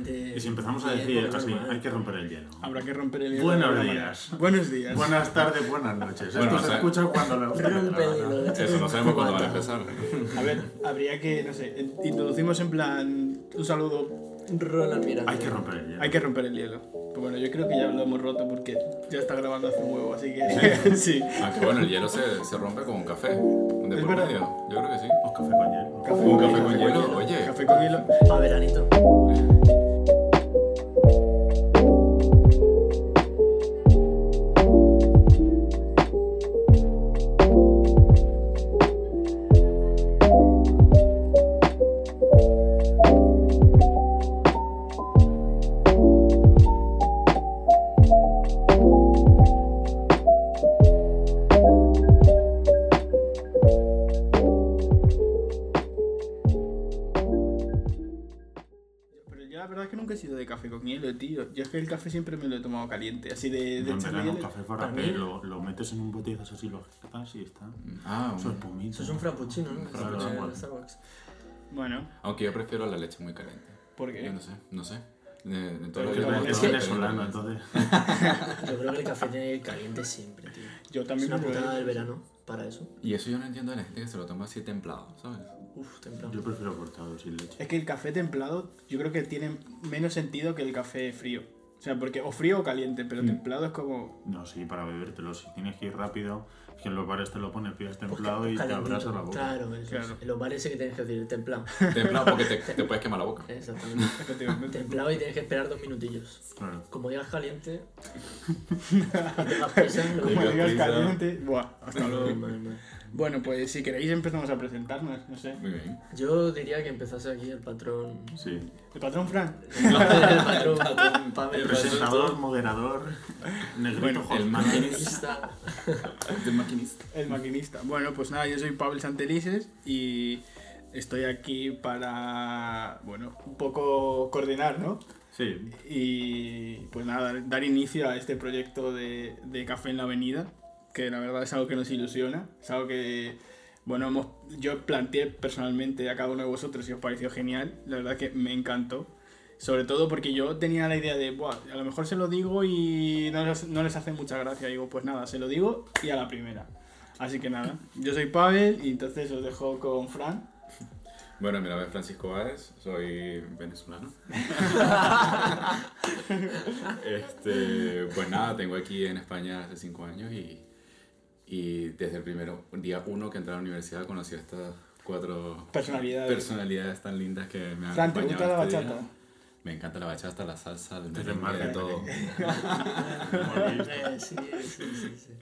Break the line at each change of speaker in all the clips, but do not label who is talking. Y si empezamos a
y es
decir
lo
así,
normal.
hay que romper el hielo.
Habrá que romper el hielo.
Buenos
de alguna
días.
manera. Buenos días.
Buenas tardes, buenas noches.
Bueno,
Esto
o
se
sea-
escucha cuando le gusta.
Rompe el ¿eh? hilo, échale
Eso, no sabemos cuándo van a
cubata.
empezar.
A ver, habría que, no sé, eh, introducimos en plan un saludo.
Ronald Miranda.
Hay que romper el hielo.
Hay que romper el hielo. Pero bueno, yo creo que ya lo hemos roto porque ya está grabando hace un huevo, así que sí.
Aunque Ah, bueno, el hielo se, se rompe con un café. De
Es
por
verdad.
medio. Yo creo que sí.
Pues café con hielo.
Un café con hielo, oye.
Café con hielo.
A veranito.
Pero yo la verdad es que nunca he sido de café con hielo, tío. Yo es que el café siempre me lo he tomado caliente, así de, de
No, en
echarle
verano,
hielo.
café frappé, lo, lo metes en un botillazo así, lo quitas y está.
Ah,
Eso es pomito.
Mm. Eso es un frappuccino, ¿no?
Claro,
Frappuccino
bueno.
de Starbucks.
Bueno,
aunque yo prefiero la leche muy caliente.
¿por
Yo
qué?
no sé, no sé. Eh, De, de
Pero
todo
es que
lo
como
que
tú
Sí.
eres venezolano, entonces.
Yo creo que el café tiene que ir caliente siempre, tío.
Yo
Es
también
una
lo he-
putada del verano para eso.
Y eso yo no entiendo de la gente que se lo toma así templado, ¿sabes?
Uf, temprano.
Yo prefiero cortado sin leche.
Es que el café templado yo creo que tiene menos sentido que el café frío. O sea, porque o frío o caliente, pero
Mm.
templado es como...
No, sí, para bebértelo. Si tienes que ir rápido, es que en los bares te lo pones, pides templado
Pues
y te
calentito.
abrasa la boca.
Claro, eso
Claro.
es. En los bares sí que tienes que decir templado.
Templado porque te, te puedes quemar la boca.
Exactamente.
efectivamente.
templado y tienes que esperar dos minutillos.
Claro.
Como digas caliente y tengas prisa, lo
Como
Digas
digas
prisa.
caliente... Buah, hasta
No,
luego.
madre mía.
Bueno, pues si queréis empezamos a presentarnos, no sé.
Muy bien.
Yo diría que empezase aquí el patrón.
Sí.
El patrón Fran.
El patrón, patrón, Pavel,
El
el
presentador, moderador, negrito,
Bueno,
el
Holman.
man-
maquinista.
De maquinista.
El maquinista. Bueno, pues nada, yo soy Pavel Santelices y estoy aquí para, bueno, un poco coordinar, ¿no?
Sí.
Y pues nada, dar inicio a este proyecto de, de Café en la Avenida, que la verdad es algo que nos ilusiona, es algo que, bueno, hemos, yo planteé personalmente a cada uno de vosotros y os pareció genial, la verdad que me encantó. Sobre todo porque yo tenía la idea de, Buah, a lo mejor se lo digo y no les, no les hace mucha gracia. Digo, pues nada, se lo digo y a la primera. Así que nada, yo soy Pavel y entonces os dejo con Fran.
Bueno, mi nombre es Francisco Báez, soy venezolano. este, pues nada, tengo aquí en España hace cinco años y, y desde el primer día uno que entré a la universidad conocí a estas cuatro
Personalidades.
personalidades tan lindas que me han
Fran, ¿te gusta la
acompañado este día.
bachata?
Me encanta la bachata, la salsa, el
Desde
merengue, de
Madrid.
todo.
Eh, sí, sí, sí, sí.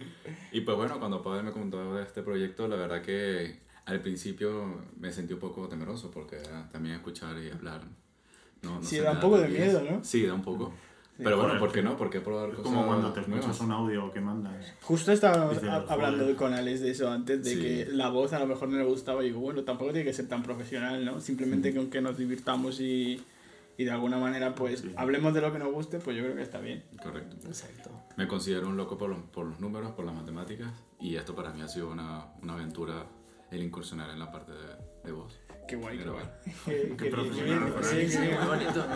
Y pues bueno, cuando Pablo me comentó de este proyecto, la verdad que al principio me sentí un poco temeroso porque ah, también escuchar y hablar. No, no
Sí,
sé
da un
nada,
poco de
y es-
miedo, ¿no?
Sí, da un poco. Pero bueno,
Joder,
¿por qué no? ¿Por qué probar
Es
cosas
como cuando te escuchas
nuevas?
un audio que mandas.
Justo estábamos
Dice,
ha-
joder.
hablando con Alex de eso antes, de
Sí.
que la voz a lo mejor no le gustaba y digo, bueno, tampoco tiene que ser tan profesional, ¿no? Simplemente con que nos divirtamos y, y de alguna manera pues
Sí.
hablemos de lo que nos guste, pues yo creo que está bien.
Correcto.
Exacto.
Me considero un loco por los, por los números, por las matemáticas y esto para mí ha sido una, una aventura el incursionar en la parte de, de voz.
Qué guay, qué
Pero
guay.
bueno.
Qué- qué
profesional,
bien,
Fran.
sí,
Sí,
sí,
muy
bueno.
bonito. ¿eh?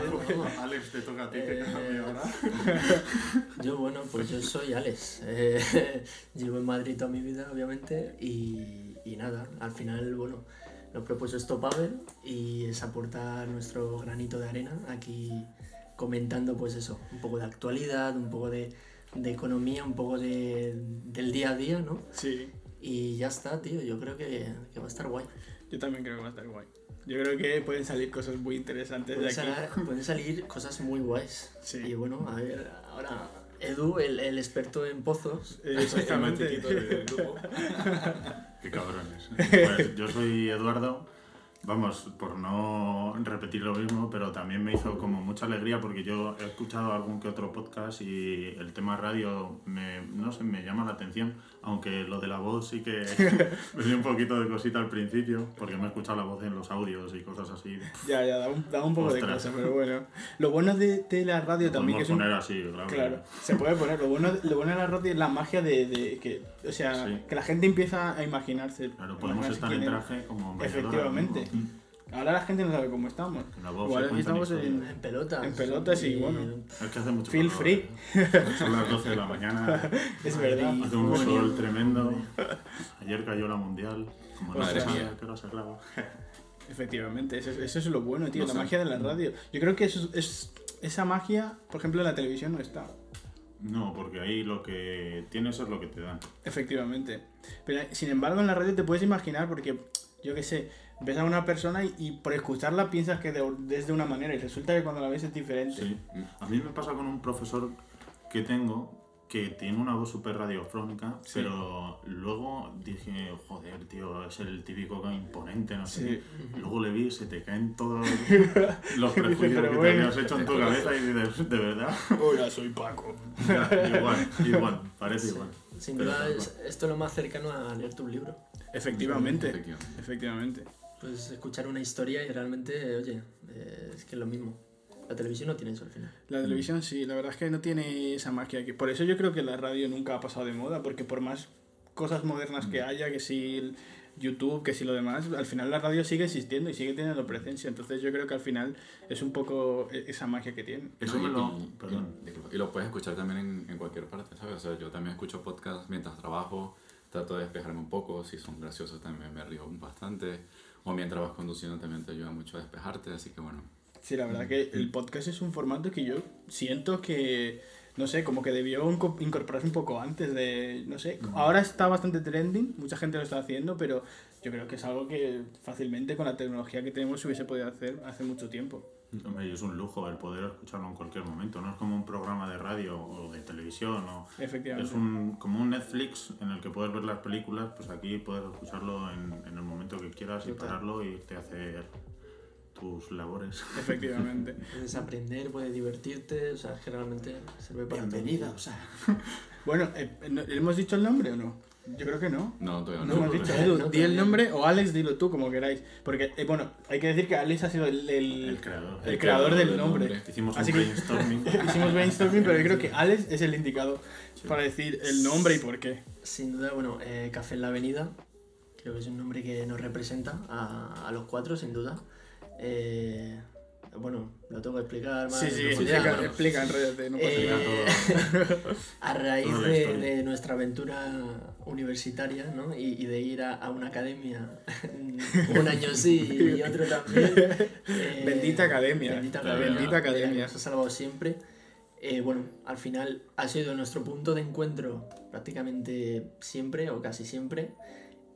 Alex, te toca a ti
Eh,
cambie Este
Yo, bueno, pues yo soy Alex. Eh, llevo en Madrid toda mi vida, obviamente, y, y nada, al final, bueno, nos propuso esto Pavel y es aportar nuestro granito de arena aquí comentando, pues eso, un poco de actualidad, un poco de, de economía, un poco de, del día a día, ¿no?
Sí,
Y ya está, tío, yo creo que, que va a estar guay.
yo también creo que va a estar guay. Yo creo que pueden salir cosas muy interesantes de
Pueden
aquí.
salir, pueden salir cosas muy guays.
Sí.
Y bueno, a ver, ahora Edu, el, el experto en pozos.
Eh, Exactamente.
Qué cabrones. Pues yo soy Eduardo. Vamos, por no repetir lo mismo, pero también me hizo como mucha alegría porque yo he escuchado algún que otro podcast y el tema radio me, no sé, me llama la atención, aunque lo de la voz sí que me dio un poquito de cosita al principio, porque me he escuchado la voz en los audios y cosas así.
Ya, ya, da un, da un poco de
Ostras.
cosa, pero bueno. Lo bueno de, de la radio también
Podemos
que es un
poner así, claro.
Claro, se puede poner. Lo bueno, lo bueno de la radio es la magia de, de que, o sea,
Sí.
que la gente empieza a imaginarse.
Claro, podemos
imaginarse
estar en
quién es.
traje como... bañador ahora
Efectivamente.
mismo.
Ahora la gente no sabe cómo estamos.
Que no puedo
Igual
flipar
aquí estamos
ni
en,
historia.
En pelotas.
En pelotas, sí,
Y-
bueno.
Es que hace mucho
Feel
calor,
free.
¿eh? Son las 12 de la mañana.
Es verdad.
Madrid.
Hace un
Madre
sol
mía.
tremendo. Ayer cayó la mundial. Como no
Madre
se sabe
mía.
a qué hora se graba.
Efectivamente, eso, es- eso es lo bueno, tío,
No
la
sé.
magia de
Mm.
la radio. Yo creo que eso es, esa magia, por ejemplo, en la televisión no está.
No, porque ahí lo que tienes es lo que te dan.
Efectivamente. Pero sin embargo, en la radio te puedes imaginar porque, yo qué sé, ves a una persona y, y por escucharla piensas que de- es de una manera y resulta que cuando la ves es diferente.
Sí. A mí me pasa con un profesor que tengo que tiene una voz súper radiofónica,
Sí.
pero luego dije, joder, tío, es el típico imponente, no sé
Sí.
qué. Luego le vi, se te caen todos los prejuicios
"Pero
que te
bueno".
habías hecho en tu cabeza y dices, ¿de verdad?
Hola, soy Paco.
Ya, igual, igual, parece igual.
Sin
Pero
duda,
tal
es- esto es lo más cercano a leerte un libro.
Efectivamente.
Efectivamente.
Efectivamente.
Pues escuchar una historia y realmente, oye, eh, es que es lo mismo. La televisión no tiene eso al final.
La televisión sí, la verdad es que no tiene esa magia que... Por eso yo creo que la radio nunca ha pasado de moda, porque por más cosas modernas que haya, que si el YouTube, que si lo demás, al final la radio sigue existiendo y sigue teniendo presencia. Entonces yo creo que al final es un poco e- esa magia que tiene.
Eso
No,
me
y-
lo...
y-
Perdón.
Y, disculpa, y lo puedes escuchar también en, en cualquier parte, ¿sabes? O sea, yo también escucho podcasts mientras trabajo, trato de despejarme un poco, si son graciosos también me río bastante, o mientras vas conduciendo también te ayuda mucho a despejarte, así que bueno.
Sí, la verdad que el podcast es un formato que yo siento que, no sé, como que debió inco- incorporarse un poco antes de, no sé, ahora está bastante trending, mucha gente lo está haciendo, pero yo creo que es algo que fácilmente con la tecnología que tenemos se hubiese podido hacer hace mucho tiempo.
Hombre, y es un lujo el poder escucharlo en cualquier momento, no es como un programa de radio o de televisión o...
Efectivamente.
Es un, como un Netflix en el que puedes ver las películas, pues aquí puedes escucharlo en, en el momento que quieras y
Total.
pararlo y irte a hacer tus labores.
Efectivamente.
Puedes aprender, puedes divertirte, o sea, es que realmente sirve para todo.
Bueno, eh, no- ¿hemos dicho el nombre o no? Yo creo que no.
No, todavía
No
no.
hemos dicho.
no,
Edu,
no,
di el
todavía.
nombre o Alex, dilo tú, como queráis. Porque, eh, bueno, hay que decir que Alex ha sido el, el-
El creador.
el creador del nombre.
Hicimos
Eh, Así
un
que-
brainstorming.
Hicimos brainstorming, pero yo creo que Alex es el indicado para decir el nombre y por qué.
Sin duda, bueno, eh, Café en la Avenida, creo que es un nombre que nos representa a, a los cuatro, sin duda. Eh, bueno, lo tengo que explicar más.
Sí, sí,
de
sí,
profundidad,
explica,
pero-
explica, enróllate, no pasa
Eh,
nada.
a raíz
Toda la
de,
historia.
de nuestra aventura universitaria, ¿no? Y, y de ir a, a una academia un año sí y otro también. eh,
Bendita academia,
Bendita
la
academia.
bendita academia.
que Nos ha salvado siempre. Eh, bueno, al final ha sido nuestro punto de encuentro prácticamente siempre o casi siempre.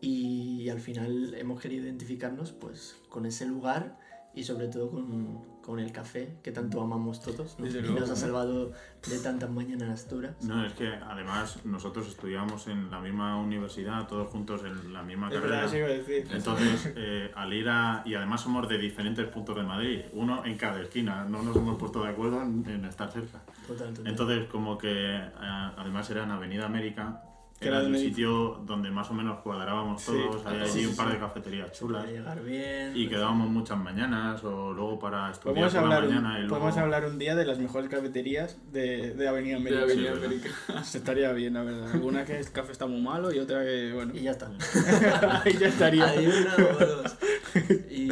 Y al final hemos querido identificarnos pues con ese lugar y sobre todo con, con el café que tanto amamos todos ¿no?
Desde
y
luego,
nos ha
¿no?
salvado de tantas mañanas duras.
No, es que además nosotros estudiamos en la misma universidad, todos juntos en la misma
Es
carrera.
verdad, eso iba a decir.
Entonces, eh, al ir a. Y además somos de diferentes puntos de Madrid, uno en cada esquina, no nos hemos puesto de acuerdo en- en estar cerca.
Total, total.
Entonces, como que eh, además era en Avenida América,
Que
era
era
el
donde-
sitio donde más o menos cuadrábamos
Sí.
todos, había
Sí,
allí
sí,
un par
sí.
de cafeterías chulas
para llegar bien. pues,
y quedábamos muchas mañanas o luego para estudiar
Podemos
por la
hablar, un,
mañana y luego...
podemos hablar un día de las mejores cafeterías de, de Avenida
De
América.
Avenida
Sí, ¿verdad?
América.
Se estaría bien, la verdad. Una que el café está muy malo y otra que, bueno,
Y ya está.
ahí ya estaría.
Hay una o dos. Y,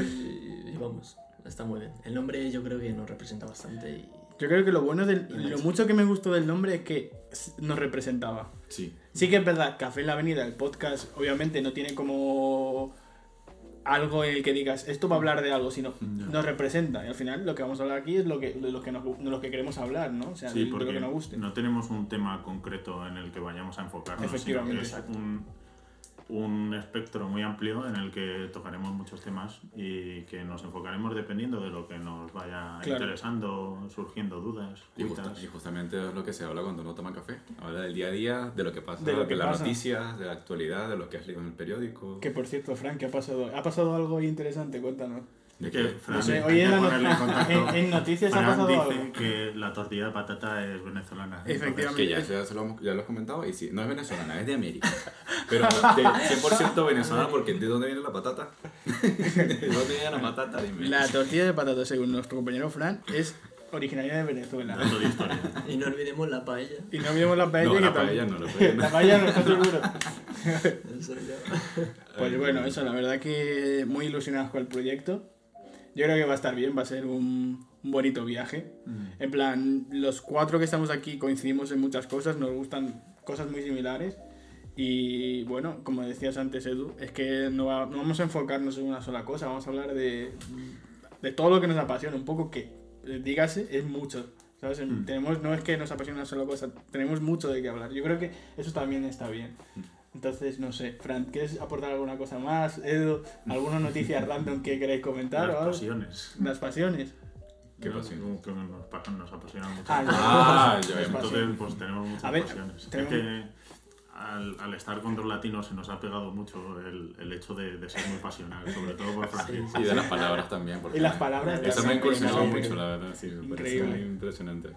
y vamos, está muy bien. El nombre yo creo que nos representa bastante y
Yo creo que lo bueno del,
Y
lo
más.
mucho que me gustó del nombre es que s- nos representaba.
Sí.
Sí que es verdad, Café en la Avenida, el podcast, obviamente no tiene como algo en el que digas esto va a hablar de algo, sino
No.
nos representa. Y al final lo que vamos a hablar aquí es lo que, de lo que, nos, gu- de lo que queremos hablar, ¿no? O sea,
Sí,
de lo
porque
que nos guste.
no tenemos un tema concreto en el que vayamos a enfocarnos, sino que
Efectivamente,
es
exacto.
un, un espectro muy amplio en el que tocaremos muchos temas y que nos enfocaremos dependiendo de lo que nos vaya
Claro.
interesando, surgiendo dudas,
Y, justa-
cuitas.
y justamente es lo que se habla cuando no toman café. Habla del día a día, de lo que pasa,
De lo que
las
pasa.
noticias, de la actualidad, de lo que has leído en el periódico.
Que por cierto, Frank, ¿qué ha pasado? ¿Ha pasado algo ahí interesante? Cuéntanos.
De
Es que,
que,
Fran,
No sé,
hay
hoy
que
en la no-
ponerle contacto.
en- en noticias ha
Fran
pasado
dice
algo.
que la tortilla de patata es venezolana. ¿eh?
Efectivamente.
que ya, ya, se lo, hemos- ya lo has comentado, y sí, no es venezolana, es de América. Pero de 100% venezolana, porque ¿de dónde viene la patata? ¿De dónde viene la patata? Dime.
La tortilla de patata, según nuestro compañero Fran, es originaria de Venezuela.
Dato de historia.
Y no olvidemos la paella.
Y no olvidemos la paella
no,
que
la
tam-
paella no, la paella no.
La paella no está seguro.
Eso ya.
Pues bueno, eso, la verdad que muy ilusionados con el proyecto. Yo creo que va a estar bien, va a ser un, un bonito viaje.
Mm.
En plan, los cuatro que estamos aquí coincidimos en muchas cosas, nos gustan cosas muy similares. Y bueno, como decías antes, Edu, es que no, va- no vamos a enfocarnos en una sola cosa, vamos a hablar de, de todo lo que nos apasiona, un poco que, eh, dígase, es mucho. ¿sabes?
Mm.
En- Tenemos, no es que nos apasione una sola cosa, tenemos mucho de qué hablar. Yo creo que eso también está bien.
Mm.
Entonces, no sé, Fran, ¿quieres aportar alguna cosa más? Edu, ¿alguna noticia random que queréis comentar? o
Las
algo?
pasiones.
Las pasiones.
¿Qué
Yo
pasiones?
creo Que nos, pa- nos apasiona mucho.
Ah,
Ah,
Las
ya vemos.
Entonces,
pasiones.
pues tenemos muchas
A ver,
pasiones.
tenemos-
Es que al, al estar con dos latinos se nos ha pegado mucho el, el hecho de, de ser muy pasional, sobre todo por Francis.
Y de las palabras también. porque
Y las palabras,
Eso me ha
las-
incursionado
increíble.
mucho, la verdad. Sí, me parece
Increíble.
Impresionante.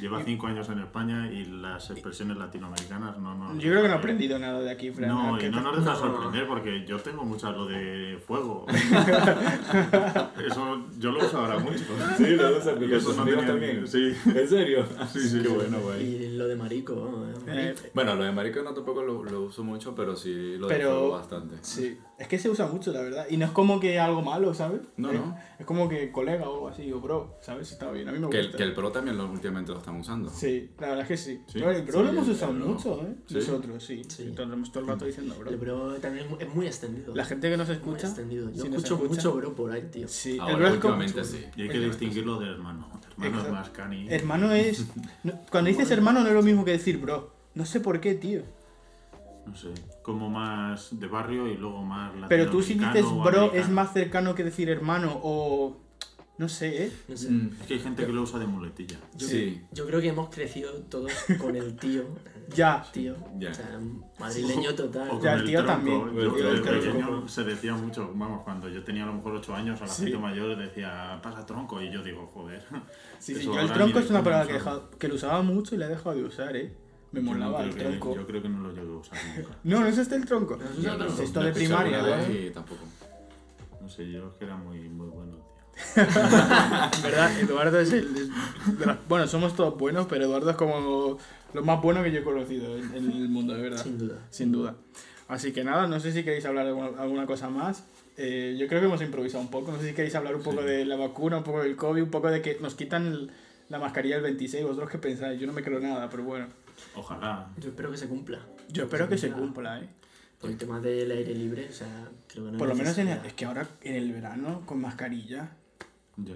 Lleva cinco años en España y las expresiones latinoamericanas no nos...
Yo creo que no he aprendido nada de aquí, Fran.
No,
que
y no
te-
nos deja
no.
sorprender porque yo tengo mucho lo de fuego. Eso yo lo uso ahora mucho.
Sí, lo usan
Y eso no tenía- Sí.
¿En serio?
sí, sí.
Qué bueno,
Pues.
güey.
Y lo de marico, ¿no?
Eh,
Bueno, lo de marico no tampoco lo, lo uso mucho, pero sí lo
Pero-
defiendo bastante.
Sí, es que se usa mucho, la verdad. Y no es como que algo malo, ¿sabes?
No,
es,
no.
Es como que colega o algo así, o bro, ¿sabes? Está bien, a mí me
Que
gusta.
el, que el pro también lo, últimamente lo están usando.
Sí, la verdad es que sí.
Sí,
Pero el bro
sí,
lo hemos
el
usado
bro.
mucho, ¿eh?
Sí.
Nosotros, sí.
Sí. Mm.
Sí, todo, lo hemos todo el rato diciendo bro.
El bro también es muy extendido.
La gente que nos
muy
escucha.
extendido. Yo
si nos
escucho
escucha-
mucho bro por ahí, tío.
Sí,
Ah,
el bro
Ahora,
es como-
últimamente sí.
Y hay
Pues
que distinguirlo de hermano. Hermano es
Exacto.
más cani.
Hermano es. no, cuando dices hermano no es lo mismo que decir bro. No sé por qué, tío.
No sé, como más de barrio y luego más
Pero tú si dices
latinoamericano o
bro es
americano.
más cercano que decir hermano o. No sé, ¿eh?
No sé.
Es que hay gente que lo usa de muletilla.
Yo,
Sí.
yo creo que hemos crecido todos con el tío.
Ya.
Tío.
Ya.
O sea, madrileño total.
O con
Ya, el
el
tío
tronco.
también.
Yo
El tío
de
del tronco.
pequeño se decía mucho, vamos, cuando yo tenía a lo mejor 8 años, a la
Sí.
gente mayor decía, pasa tronco, y yo digo, joder.
Sí, sí,
Eso
yo el
ahora
tronco
ni
es
de coña
una palabra que, he
usarlo.
dejado- que lo usaba mucho y la he dejado de usar, ¿eh? Me
Yo no
molaba
creo
el
que-
tronco.
Yo creo que no lo llegué a usar nunca.
No, no es este el tronco.
No,
Yo
no,
lo-
Sexto
lo
de
escuché
primaria,
alguna vez
¿eh?
Y tampoco.
No sé, yo es que era muy, muy bueno, tío.
En verdad, Eduardo es el. es de las- bueno, somos todos buenos, pero Eduardo es como lo más bueno que yo he conocido en, en el mundo, de verdad.
Sin duda.
Sin duda. Así que nada, no sé si queréis hablar alguna, alguna cosa más. Eh, yo creo que hemos improvisado un poco. No sé si queréis hablar un poco de la vacuna, un poco del COVID, un poco de que nos quitan el- la mascarilla el 26. ¿Vosotros qué pensáis? Yo no me creo nada, pero bueno.
Ojalá.
Yo espero que se cumpla.
Yo espero que se cumpla, ¿eh?
Por el tema del aire libre, o sea, creo que no
Por lo
es
menos en el-
necesario.
es que ahora en el verano, con mascarilla,
Ya.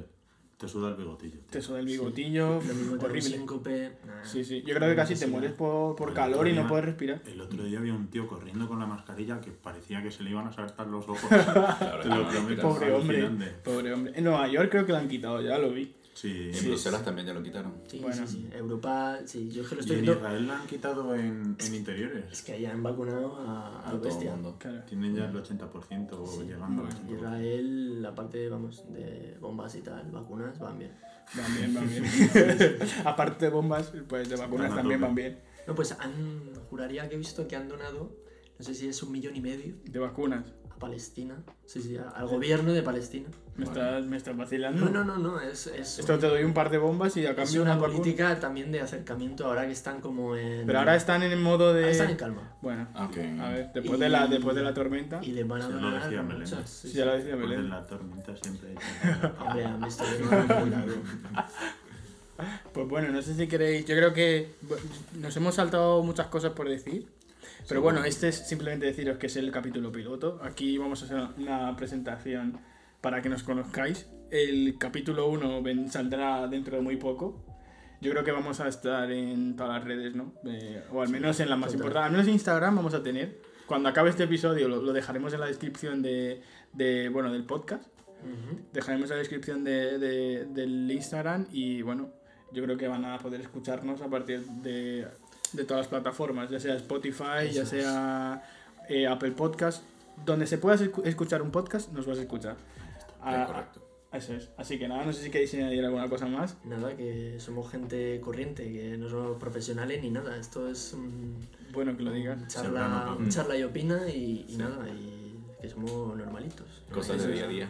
Te suda el bigotillo, tío.
te suda el bigotillo,
Lo mismo tengo
horrible.
síncope. nah.
Sí, sí. Yo creo que casi te mueres por, por calor y no puedes respirar.
El otro día había un tío corriendo con la mascarilla que parecía que se le iban a saltar los ojos.
Claro,
Te lo
claro,
prometo.
claro.
Pobre hombre.
Alucinante.
Pobre hombre. En Nueva York creo que la han quitado, ya lo vi.
Sí,
En Bruselas también ya lo quitaron.
Sí, sí,
Bueno.
sí. Europa, sí, yo es que lo
Y
estoy
en
viendo.
Israel la han quitado en, en interiores.
Es que allá han vacunado a,
A
a,
todo
lo
el
bestia.
mundo.
Claro.
Tienen ya el 80% o llegando al 80%.
Israel, la parte, vamos, de bombas y tal, vacunas, van bien.
Van bien, van bien. Aparte de bombas, pues de vacunas
Van a
también
tope.
van bien.
No, pues han, juraría que he visto que han donado, no sé si es un millón y medio,
De vacunas.
a Palestina. Sí, sí, a- al gobierno de Palestina.
¿Me,
Bueno.
estás, me estás vacilando?
No, no, no, no, es, es,
Esto te doy un par de bombas y a
es
cambio
una
unas vacunas.
política también de acercamiento ahora que están como en...
Pero ahora este están en el modo
ahora están en
de.
calma.
Bueno,
Ah, ok.
a ver, después, de, la,
Y-
después de la tormenta.
Y les van a
Ya lo
donar
decía Belén.
muchas. sí,
Sí,
sí.
ya lo decía
Después de
Belén.
la tormenta siempre hay...
Hombre, a mí esto me mola, bro.
Pues bueno, no sé si queréis. Yo creo que bu- nos hemos saltado muchas cosas por decir. Pero bueno, este es simplemente deciros que es el capítulo piloto. Aquí vamos a hacer una presentación para que nos conozcáis. El capítulo 1 ven- saldrá dentro de muy poco. Yo creo que vamos a estar en todas las redes, ¿no? Eh, o al menos en la más
total.
importante. Al menos en Instagram vamos a tener. Cuando acabe este episodio lo, lo dejaremos en la descripción de, de, bueno, del podcast
Ujú.
dejaremos la descripción de, de- del Instagram y bueno, yo creo que van a poder escucharnos a partir de, de todas las plataformas, ya sea Spotify, ya
Eso
sea eh, Apple Podcast, donde se puedas escu- escuchar un podcast, nos vas a escuchar. Ah,
Sí, correcto.
eso es. Así que nada, no sé si queréis añadir alguna cosa más.
Nada, que somos gente corriente, que no somos profesionales ni nada. Esto es un,
Bueno, que lo digas.
un
Serrano,
charla,
claro.
un charla y opina y, y nada, y que somos normalitos.
Cosas de día a día.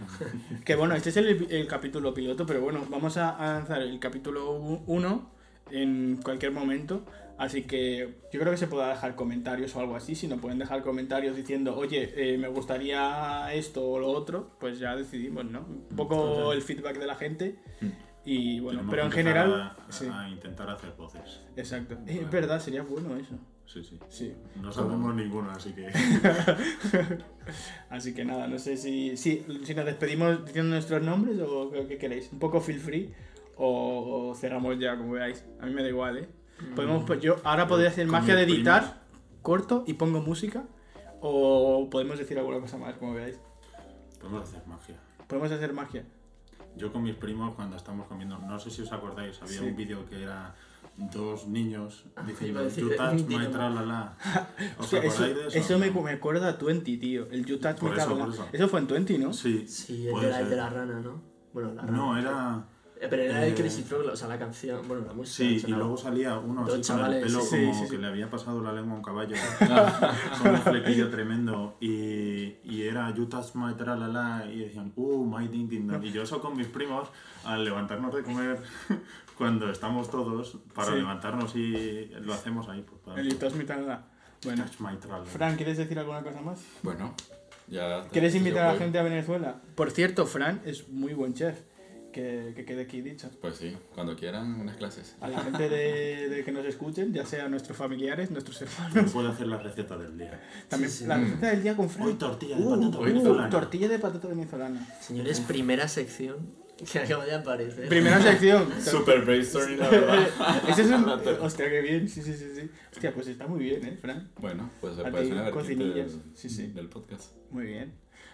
Que bueno, este es el, el capítulo piloto, pero bueno, vamos a a lanzar el capítulo 1 en cualquier momento. Así que yo creo que se podrá dejar comentarios o algo así. Si no pueden dejar comentarios diciendo, oye, eh, me gustaría esto o lo otro, pues ya decidimos, ¿no? Un poco
Total. Hmm.
el feedback de la gente. Y bueno,
Tenemos
pero
que
en
empezar
general.
A, a
sí,
intentar hacer voces.
exacto. Eh, Es verdad, sería bueno eso.
Sí, sí.
Sí.
No sabemos ninguno, así que.
Así que nada, no sé si, si, si nos despedimos diciendo nuestros nombres o qué qué queréis. Un poco feel free o, o cerramos ya, como veáis. A mí me da igual, ¿eh? Podemos, pues yo ahora podría hacer
Mm. Con
magia de
mis
editar, corto y pongo música. O podemos decir alguna cosa más, como veáis.
Podemos hacer magia.
Podemos hacer magia.
Yo con mis primos cuando estamos comiendo, no sé si os acordáis, había
Sí.
un vídeo que era dos niños
Ah, iba
diciendo
a decir,
You touch
un
my
niño".
tralala. ¿Os
Hostia,
acordáis
eso,
de eso?
eso me, me acuerda a 20, tío. El You Touch Me
Por eso,
Carola.
por eso.
Eso fue en 20, ¿no?
Sí,
Sí, el
puede
de, la, el
ser.
de la rana, ¿no? Bueno, la rana.
No, era...
Eh, Pero era el
eh,
Crazy Frog, o sea, la canción, bueno, la música.
Sí, y
sonaba.
luego salía uno
Dos
así con el
chavales,
pelo
sí,
sí,
como
sí, sí.
que le había pasado la lengua a un caballo. con un flequillo tremendo. Y, y era You touch my tralala. Y decían, uh, my ding ding dong". Y yo eso con mis primos, al levantarnos de comer, cuando estamos todos, para
Sí.
levantarnos y lo hacemos ahí. Pues, para-
El You Touch Me Carola. Bueno,
Touch my tralala.
Fran, ¿quieres decir alguna cosa más?
Bueno, ya. está.
¿Quieres
Yo
invitar a la
voy.
gente a Venezuela? Por cierto, Fran es muy buen chef. Que, que quede aquí dicho.
Pues sí, cuando quieran, unas clases.
A la gente de, de que nos escuchen, ya sea nuestros familiares, nuestros hermanos.
Yo puedo hacer la receta del día.
También
sí.
la receta del día con Fran.
Hoy tortilla de patata
Uh,
venezolana.
tortilla de patata venezolana.
Señores, primera sección que acaba de aparecer.
Primera sección.
Super brainstorming, la verdad.
Ese es un... Hostia, qué bien. Sí, sí, sí, sí. Hostia, pues está muy bien, ¿eh, Fran?
Bueno, pues se
A
puede
ti,
ser una vertiente
cocinillas.
del,
Sí, sí.
del podcast.
Muy bien.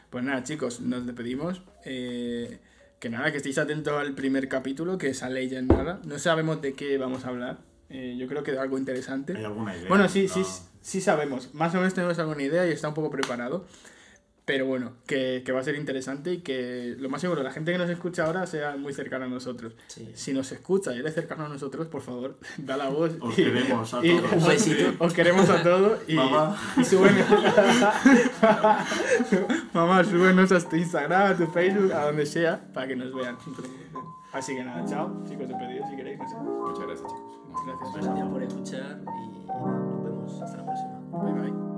Pues nada, chicos, nos despedimos. Eh, que nada, que estéis atentos al primer capítulo que sale ya en nada. No sabemos de qué vamos a hablar. Eh, yo creo que de algo interesante.
¿Hay alguna idea?
Bueno, sí, sí,
No.
sí sabemos. Más o menos tenemos alguna idea y está un poco preparado. Pero bueno, que, que va a ser interesante y que lo más seguro, la gente que nos escucha ahora sea muy cercana a nosotros.
Sí.
Si nos escucha y eres cercano a nosotros, por favor, da la voz.
Os
y-
queremos a
y- Pues
todos.
Un besito.
Os queremos a todos y,
Mamá.
y súbenos. Mamá, súbenos a tu Instagram, a tu Facebook, a donde sea, para que nos vean. Así que nada, chao, chicos, despedidos si queréis. no sé.
Muchas gracias, chicos. Nos vemos.
Gracias.
Gracias por escuchar y nos vemos hasta la próxima.
Bye, bye.